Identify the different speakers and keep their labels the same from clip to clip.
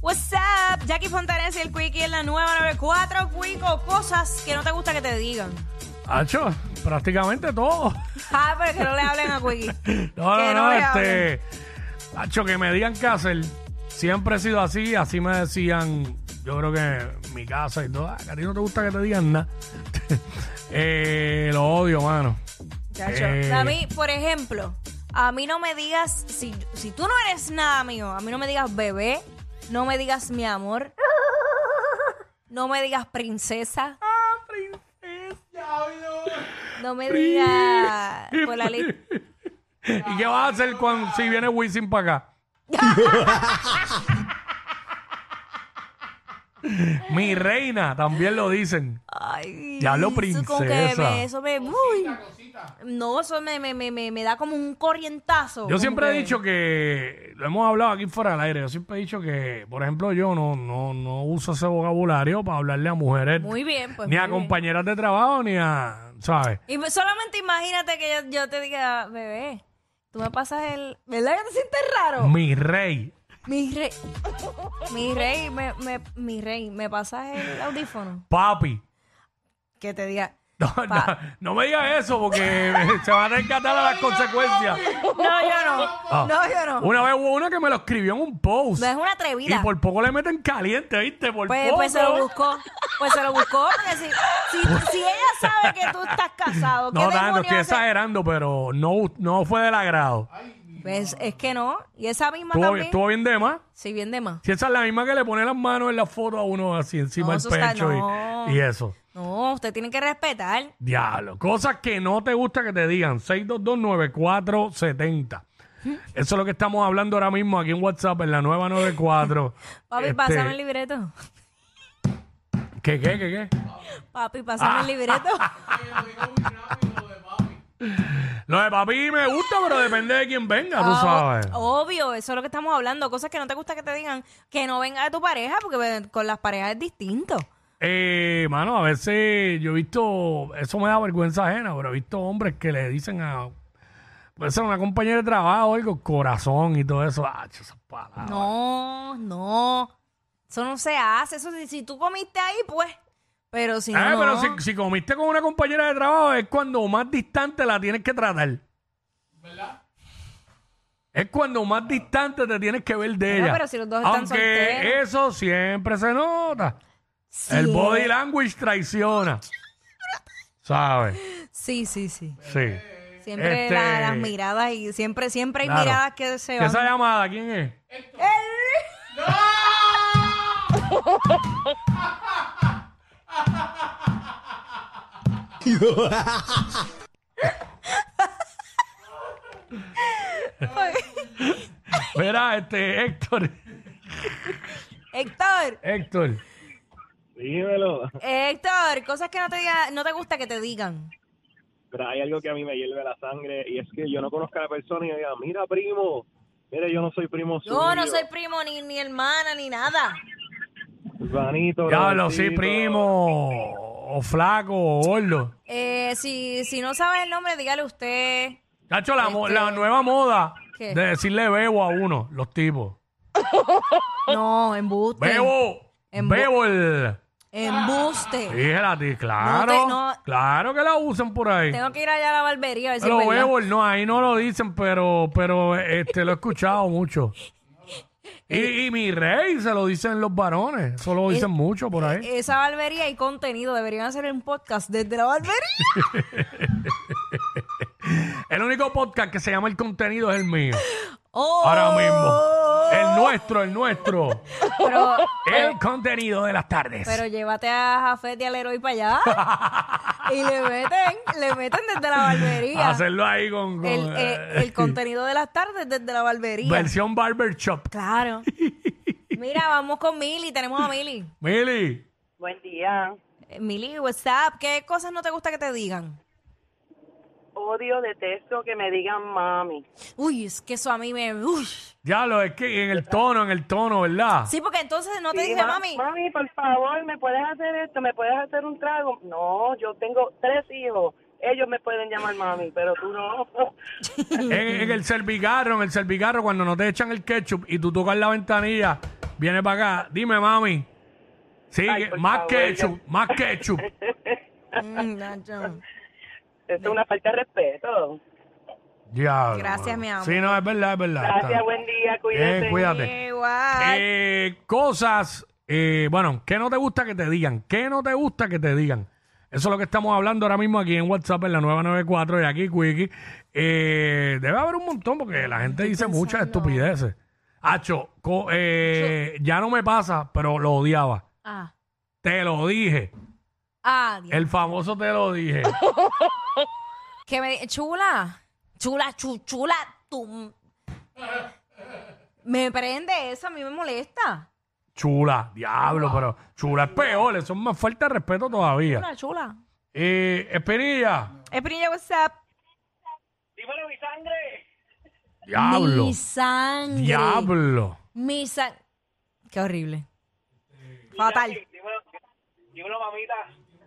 Speaker 1: What's up? Jackie Fontanes y el Quickie en la nueva 94. Quico, cosas que no te gusta que te digan.
Speaker 2: Hacho, prácticamente todo.
Speaker 1: Ah, pero que no le hablen a Quickie.
Speaker 2: No,
Speaker 1: Que
Speaker 2: no,
Speaker 1: no
Speaker 2: no,
Speaker 1: le
Speaker 2: este. Hacho, que me digan qué hacer. Siempre he sido así, así me decían, yo creo que en mi casa y todo. "Ah, que a ti no te gusta que te digan nada. Eh, lo odio, mano.
Speaker 1: Chacho.
Speaker 2: Eh.
Speaker 1: A mí, por ejemplo, a mí no me digas, si, si tú no eres nada mío, a mí no me digas bebé, no me digas mi amor, no me digas princesa. No me digas por la lista.
Speaker 2: ¿Y qué vas a hacer cuando, si viene Wisin para acá? mi reina, también lo dicen.
Speaker 1: Ay,
Speaker 2: Ya lo
Speaker 1: eso como que
Speaker 2: princesa.
Speaker 1: me- eso me, uy. No, eso me, me, me, me- me da como un corrientazo.
Speaker 2: Yo
Speaker 1: como
Speaker 2: siempre he
Speaker 1: que-
Speaker 2: dicho que, lo hemos hablado aquí fuera del aire, yo siempre he dicho que, por ejemplo, yo no, no, no uso ese vocabulario para hablarle a mujeres,
Speaker 1: Muy bien, pues.
Speaker 2: ni a
Speaker 1: muy bien.
Speaker 2: compañeras de trabajo, ni a, ¿sabes?
Speaker 1: Y me- solamente imagínate que yo, yo te diga, bebé, tú me pasas el. ¿Verdad que te sientes raro?
Speaker 2: Mi rey.
Speaker 1: Mi rey. Mi rey, me, me- mi rey, me pasas el audífono.
Speaker 2: Papi.
Speaker 1: Que te diga.
Speaker 2: No, no, no me digas eso porque se van a rescatar a las consecuencias.
Speaker 1: No, yo no.
Speaker 2: Ah.
Speaker 1: No, yo no.
Speaker 2: Una vez hubo una que me lo escribió en un post.
Speaker 1: No es una
Speaker 2: Y
Speaker 1: atrevida.
Speaker 2: por poco le meten caliente, ¿viste? Por
Speaker 1: Pues,
Speaker 2: poco.
Speaker 1: pues se lo buscó. Pues se lo buscó. Porque si, si, si ella sabe que tú estás casado, ¿qué
Speaker 2: No, nada, no
Speaker 1: demonios
Speaker 2: estoy
Speaker 1: hace?
Speaker 2: exagerando, pero no, no fue del agrado.
Speaker 1: Pues, es que no. Y esa misma
Speaker 2: Estuvo,
Speaker 1: también.
Speaker 2: estuvo bien de más.
Speaker 1: Sí, bien de más.
Speaker 2: Si esa es la misma que le pone las manos en la foto a uno así
Speaker 1: No,
Speaker 2: encima del
Speaker 1: eso está-
Speaker 2: pecho y-
Speaker 1: no.
Speaker 2: y, eso.
Speaker 1: No, usted tiene que respetar.
Speaker 2: Diablo. Cosas que no te gusta que te digan. 6229470. Eso es lo que estamos hablando ahora mismo aquí en WhatsApp, en la nueva 94.
Speaker 1: Papi,
Speaker 2: Este,
Speaker 1: pásame el libreto.
Speaker 2: ¿Qué, qué, qué, qué?
Speaker 1: Papi, pásame el libreto.
Speaker 2: Lo de eh, papi me gusta, pero depende de quién venga, tú
Speaker 1: Ah,
Speaker 2: sabes.
Speaker 1: o- Obvio, eso es lo que estamos hablando. Cosas que no te gusta que te digan, que no venga de tu pareja, porque ve- con las parejas es distinto.
Speaker 2: Eh, mano, a veces yo he visto, eso me da vergüenza ajena, pero he visto hombres que le dicen a, puede ser una compañera de trabajo, o algo, corazón y todo eso. Ah, esas palabras.
Speaker 1: No, no. Eso no se hace. Eso si, si tú comiste ahí, pues. Pero si
Speaker 2: Ah,
Speaker 1: no.
Speaker 2: pero
Speaker 1: no.
Speaker 2: si, si comiste con una compañera de trabajo es cuando más distante la tienes que tratar. ¿Verdad? Es cuando más distante te tienes que ver de
Speaker 1: Bueno,
Speaker 2: ella.
Speaker 1: pero si los dos están
Speaker 2: Aunque
Speaker 1: solteros.
Speaker 2: eso siempre se nota. El
Speaker 1: Sí.
Speaker 2: body language traiciona. ¿Sabes?
Speaker 1: Sí, sí, sí.
Speaker 2: Sí.
Speaker 1: Siempre
Speaker 2: Este-
Speaker 1: la- las miradas y siempre, siempre hay
Speaker 2: Claro.
Speaker 1: miradas que se van.
Speaker 2: Esa llamada, ¿quién es? Verá, este, Héctor.
Speaker 1: Héctor,
Speaker 2: Héctor.
Speaker 3: Dímelo.
Speaker 1: Héctor, cosas que no te diga- no te gusta que te digan.
Speaker 3: Pero hay algo que a mí me hierve la sangre y es que yo no conozco a la persona y yo diga, mira, primo, mire, yo no soy primo suyo.
Speaker 1: Yo no soy primo, ni, ni hermana, ni nada.
Speaker 3: Vanito,
Speaker 2: Diablo, sí,
Speaker 3: Robertito".
Speaker 2: primo. O flaco, o gordo.
Speaker 1: Eh, si, si no sabes el nombre, dígale usted.
Speaker 2: Cacho, la, mo-
Speaker 1: Este-
Speaker 2: la nueva moda
Speaker 1: ¿Qué?
Speaker 2: de decirle bebo a uno, los tipos.
Speaker 1: No, embuste.
Speaker 2: ¡Bebo!
Speaker 1: En bo-
Speaker 2: ¡Bebo el!
Speaker 1: Embuste.
Speaker 2: Dije a ti, claro.
Speaker 1: No te- no-
Speaker 2: Claro que la usan por ahí.
Speaker 1: Tengo que ir allá a la barbería a ver si
Speaker 2: Pero eh.
Speaker 1: es verdad.
Speaker 2: bebo el no, ahí no lo dicen, pero, pero este, lo he escuchado mucho. Y, y mi rey, se lo dicen los varones. Eso lo dicen mucho por ahí.
Speaker 1: Esa barbería y contenido deberían hacer un podcast desde la barbería.
Speaker 2: El único podcast que se llama El Contenido es el mío.
Speaker 1: Oh.
Speaker 2: Ahora mismo. El nuestro, el nuestro.
Speaker 1: Pero,
Speaker 2: El contenido de las tardes.
Speaker 1: pero llévate a Jafet y al héroe para allá. y le meten, le meten desde la barbería.
Speaker 2: Hacerlo ahí con... con,
Speaker 1: el, el- el contenido de las tardes desde la barbería.
Speaker 2: Versión Barber Shop.
Speaker 1: Claro. Mira, vamos con Mili, tenemos a Mili.
Speaker 2: Mili,
Speaker 4: Buen día.
Speaker 1: Eh, Mili, WhatsApp, ¿qué cosas no te gusta que te digan?
Speaker 4: Odio, detesto que me digan mami.
Speaker 1: Uy, es que eso a mí me... uy.
Speaker 2: ya lo es que en el tono, en el tono, ¿verdad?
Speaker 1: Sí, porque entonces no te
Speaker 4: Sí,
Speaker 1: dice
Speaker 4: ma-
Speaker 1: mami.
Speaker 4: Mami, por favor, ¿me puedes hacer esto? ¿Me puedes hacer un trago? No, yo tengo tres hijos. Ellos me pueden llamar mami, pero tú no.
Speaker 2: En, en el servicarro, en el servicarro, cuando no te echan el ketchup y tú tocas la ventanilla, viene para acá, dime mami. Sí,
Speaker 4: Ay,
Speaker 2: que-
Speaker 4: por
Speaker 2: más
Speaker 4: favor,
Speaker 2: ketchup, más ketchup.
Speaker 1: Mm, Nacho.
Speaker 4: Esto es una falta de respeto.
Speaker 2: Diablo,
Speaker 1: Gracias,
Speaker 2: mano.
Speaker 1: mi amor.
Speaker 2: Sí, no, es verdad, es verdad.
Speaker 4: Gracias,
Speaker 2: Está-
Speaker 4: buen día,
Speaker 2: Bien,
Speaker 4: cuídate.
Speaker 2: cuídate.
Speaker 1: Igual.
Speaker 2: Eh, cosas, eh, bueno, ¿qué no te gusta que te digan? ¿Qué no te gusta que te digan? Eso es lo que estamos hablando ahora mismo aquí en WhatsApp, en la 994 y aquí, Quickie. Eh, debe haber un montón porque la gente dice muchas estupideces. Hacho, co- eh, ya no me pasa, pero lo odiaba.
Speaker 1: Ah,
Speaker 2: Te lo dije.
Speaker 1: ah Dios.
Speaker 2: El famoso te lo dije.
Speaker 1: Que me chula, chula, chu, chula, tú. Me prende eso, a mí me molesta.
Speaker 2: Chula, diablo, pero chula es peor. Eso es más falta de respeto todavía.
Speaker 1: Chula, chula.
Speaker 2: Eh, Espinilla,
Speaker 1: Espinilla, WhatsApp.
Speaker 4: Dímelo, mi sangre.
Speaker 2: diablo.
Speaker 1: Mi sangre.
Speaker 2: Diablo.
Speaker 1: Mi sangre. Qué horrible. Fatal.
Speaker 4: Dímelo, dímelo mamita.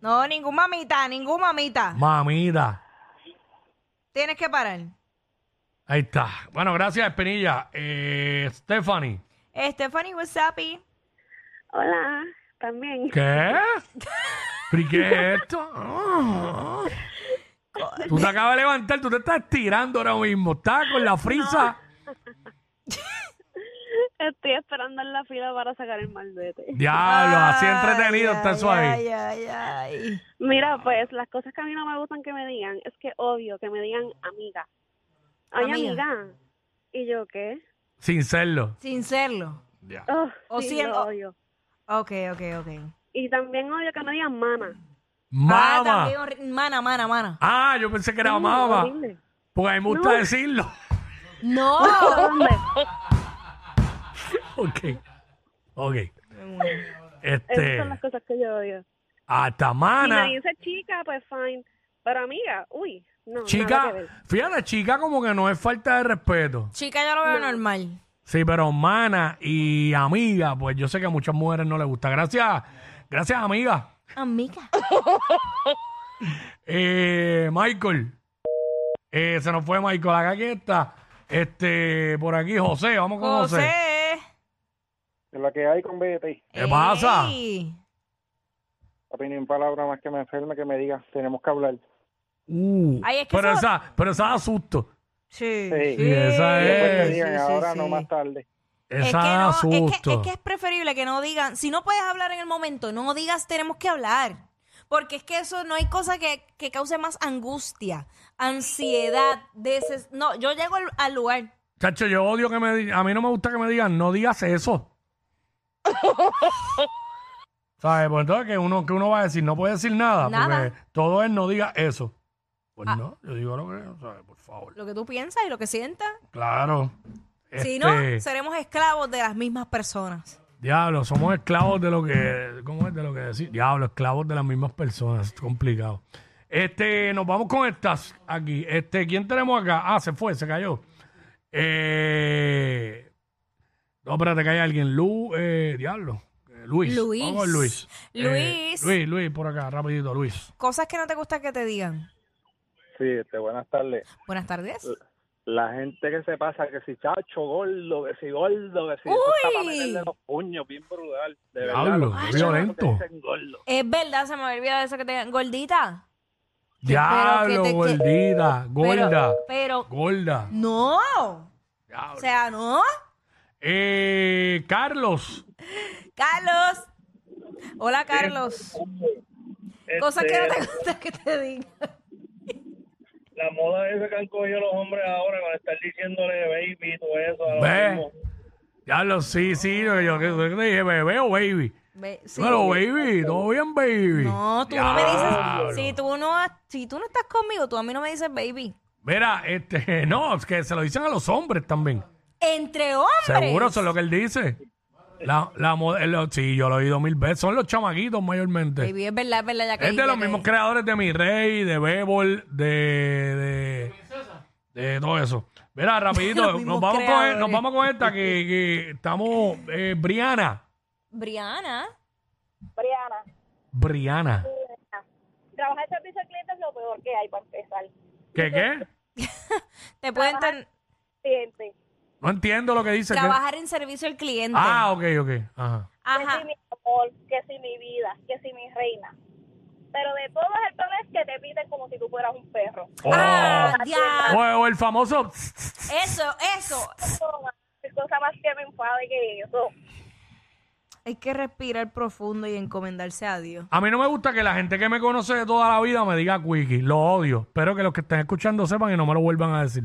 Speaker 1: No, ningún mamita, ningún mamita.
Speaker 2: Mamita.
Speaker 1: Tienes que parar.
Speaker 2: Ahí está. Bueno, gracias, Espinilla. Eh, Stephanie.
Speaker 1: Stephanie, WhatsApp.
Speaker 5: Hola, también.
Speaker 2: ¿Qué? ¿Pero y qué es esto? Ah. Tú te acabas de levantar, tú te estás estirando ahora mismo. Estás con la frisa.
Speaker 5: Estoy esperando en la fila para sacar el malvete.
Speaker 2: Diablo, así entretenido
Speaker 1: Ay,
Speaker 2: está eso
Speaker 1: ay,
Speaker 2: ahí.
Speaker 1: ay, ay.
Speaker 5: Mira, pues las cosas que a mí no me gustan que me digan es que odio que me digan amiga. Ay,
Speaker 1: Amiga.
Speaker 5: amiga. ¿Y yo qué?
Speaker 2: Sin serlo.
Speaker 1: Sin serlo.
Speaker 5: Oh,
Speaker 1: O
Speaker 5: sí,
Speaker 1: siendo-
Speaker 5: lo odio.
Speaker 1: Ok, ok, ok.
Speaker 5: Y también odio que me digan mana.
Speaker 1: Ah,
Speaker 2: Mama.
Speaker 1: también horri- mana, mana, mana.
Speaker 2: Ah, yo pensé que era
Speaker 5: No,
Speaker 2: mama.
Speaker 5: horrible.
Speaker 2: Porque a mí me gusta
Speaker 5: No.
Speaker 2: decirlo.
Speaker 1: No.
Speaker 5: ¿Dónde?
Speaker 2: ok. Ok.
Speaker 5: Esas son
Speaker 2: Este.
Speaker 5: las cosas que yo odio.
Speaker 2: Hasta
Speaker 5: Si
Speaker 2: mana.
Speaker 5: me dice chica, pues fine. Pero amiga, uy, no. nada que
Speaker 2: Chica,
Speaker 5: ver.
Speaker 2: fíjate, chica como que no es falta de respeto.
Speaker 1: Chica, yo lo veo normal.
Speaker 2: Sí, pero mana y amiga, pues yo sé que a muchas mujeres no les gusta. Gracias, gracias amiga.
Speaker 1: Amiga.
Speaker 2: Eh, Michael, Eh, se nos fue Michael, acá aquí está. Este, por aquí José, vamos con José.
Speaker 1: José.
Speaker 3: En la que hay con BT.
Speaker 2: ¿Qué pasa?
Speaker 1: Ey.
Speaker 3: Opinión palabra más que me enferme que me diga, tenemos que hablar.
Speaker 2: Uh,
Speaker 1: Ay, es que
Speaker 2: pero,
Speaker 1: eso-
Speaker 2: esa, pero esa da susto.
Speaker 1: Sí.
Speaker 3: Sí.
Speaker 2: Y esa
Speaker 3: Después que
Speaker 2: es,
Speaker 1: sí,
Speaker 3: digan
Speaker 1: sí,
Speaker 3: ahora
Speaker 1: sí.
Speaker 3: no más tarde.
Speaker 2: esa
Speaker 1: Es que,
Speaker 2: da
Speaker 1: no, es, que,
Speaker 2: susto.
Speaker 1: es que es preferible que no digan, si no puedes hablar en el momento, no digas tenemos que hablar. Porque es que eso no hay cosa que, que cause más angustia, ansiedad, deses... No, yo llego al, al lugar.
Speaker 2: Chacho, yo odio que me digan, a mí no me gusta que me digan, no digas eso. ¿Sabes? Pues entonces que uno, que uno va a decir, no puede decir nada,
Speaker 1: Nada. Ah.
Speaker 2: porque todo es no digas eso. Pues no, yo digo lo que, ¿sabes? Por favor.
Speaker 1: Lo que tú piensas y lo que sientas.
Speaker 2: Claro.
Speaker 1: Si
Speaker 2: Este,
Speaker 1: no, seremos esclavos de las mismas personas.
Speaker 2: Diablo, somos esclavos de lo que, ¿cómo es de lo que decir? Diablo, esclavos de las mismas personas, es complicado. Este, nos vamos con estas aquí. Este, ¿quién tenemos acá? Ah, se fue, se cayó. Eh, no, espérate, que hay alguien. Lu, eh, diablo. eh, Luis.
Speaker 1: Luis.
Speaker 2: Vamos con Luis. Eh,
Speaker 1: Luis.
Speaker 2: Luis, Luis, por acá, rapidito, Luis.
Speaker 1: Cosas que no te gusta que te digan.
Speaker 3: Sí, este, buenas tardes.
Speaker 1: Buenas tardes.
Speaker 3: La gente que se pasa, que si chacho, gordo, que si gordo, que si
Speaker 1: Uy.
Speaker 3: eso está para meterle los puños, bien brutal. De verdad,
Speaker 2: Diablo,
Speaker 3: los
Speaker 2: qué
Speaker 3: puños
Speaker 2: violento.
Speaker 3: que dicen gordo.
Speaker 1: Es verdad, se me había olvidado eso que te digan. Gordita.
Speaker 2: Diablo,
Speaker 1: te- que-
Speaker 2: gordita, gorda,
Speaker 1: Pero, pero
Speaker 2: gorda.
Speaker 1: no. O sea, no.
Speaker 2: Eh, Eh, Carlos,
Speaker 1: Carlos. Hola, Carlos. Cosas que no te gusta que te diga.
Speaker 3: La moda esa que han cogido los hombres ahora con estar diciéndole baby y todo eso. a los
Speaker 2: ve.
Speaker 3: mismos.
Speaker 2: Ya lo sí, sí, yo, yo- yo- yo te dije bebé o baby.
Speaker 1: Ve- sí.
Speaker 2: Pero baby, todo bien baby.
Speaker 1: No, tú no me dices.
Speaker 2: Diablo.
Speaker 1: Si tú no, si tú no estás conmigo, tú a mí no me dices baby.
Speaker 2: Mira, este, no, es que se lo dicen a los hombres también.
Speaker 1: Entre hombres.
Speaker 2: Seguro, eso es lo que él dice. La, la, mo- eh, lo- sí, yo lo he oído mil veces. Son los chamaguitos mayormente.
Speaker 1: Baby, es verdad, es verdad. Ya
Speaker 2: Es
Speaker 1: caí,
Speaker 2: de
Speaker 1: ya
Speaker 2: los
Speaker 1: caí.
Speaker 2: mismos creadores de Mi Rey, de Bebol, de, de, de todo eso. Mira, rapidito,
Speaker 1: los
Speaker 2: nos
Speaker 1: mismos
Speaker 2: vamos, con, e,
Speaker 1: creadores.
Speaker 2: nos vamos con esta que, que estamos... eh, Briana.
Speaker 1: Briana.
Speaker 5: Briana,
Speaker 2: Briana.
Speaker 5: trabajar en servicio al cliente es lo peor que hay para empezar.
Speaker 2: ¿Qué qué?
Speaker 1: Te pueden ten-
Speaker 5: Cliente.
Speaker 2: No entiendo lo que dice. ¿qué?
Speaker 1: trabajar en servicio al cliente.
Speaker 2: Ah, ok, ok. Ajá.
Speaker 5: que
Speaker 1: Ajá.
Speaker 5: si mi amor, que si mi vida, que si mi reina. Pero de todos el problema es que te piden como si tú fueras un perro.
Speaker 1: Ah,
Speaker 2: Oh.
Speaker 1: ya.
Speaker 2: O, o el famoso...
Speaker 1: Eso, eso.
Speaker 5: Qué cosa más que me enfade que eso.
Speaker 1: Hay que respirar profundo y encomendarse a Dios.
Speaker 2: A mí no me gusta que la gente que me conoce de toda la vida me diga Quickie. Lo odio. Espero que los que estén escuchando sepan y no me lo vuelvan a decir.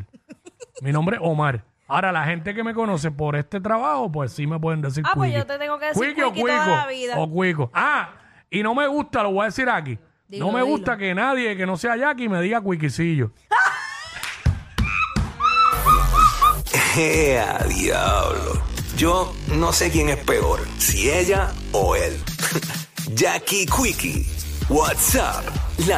Speaker 2: Mi nombre es Omar. Ahora, la gente que me conoce por este trabajo, pues sí me pueden decir
Speaker 1: Ah, pues
Speaker 2: Quickie.
Speaker 1: yo te tengo que decir
Speaker 2: Quickie
Speaker 1: Quickie toda la vida.
Speaker 2: O Cuico. Ah, y no me gusta, lo voy a decir aquí.
Speaker 1: Dilo,
Speaker 2: no me
Speaker 1: dilo.
Speaker 2: gusta que nadie que no sea Jackie me diga Quickiecillo.
Speaker 6: ¡Ea, ¡Eh, diablo! Yo no sé quién es peor, si ella o él. Jackie Quickie, WhatsApp, la